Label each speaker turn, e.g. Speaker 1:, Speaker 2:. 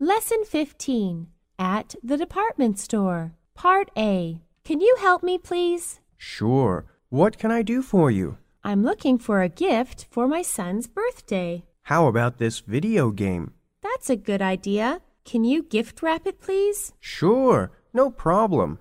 Speaker 1: Lesson 15 At the Department Store. Part A. Can you help me, please?
Speaker 2: Sure. What can I do for you?
Speaker 1: I'm looking for a gift for my son's birthday.
Speaker 2: How about this video game?
Speaker 1: That's a good idea. Can you gift wrap it, please?
Speaker 2: Sure. No problem.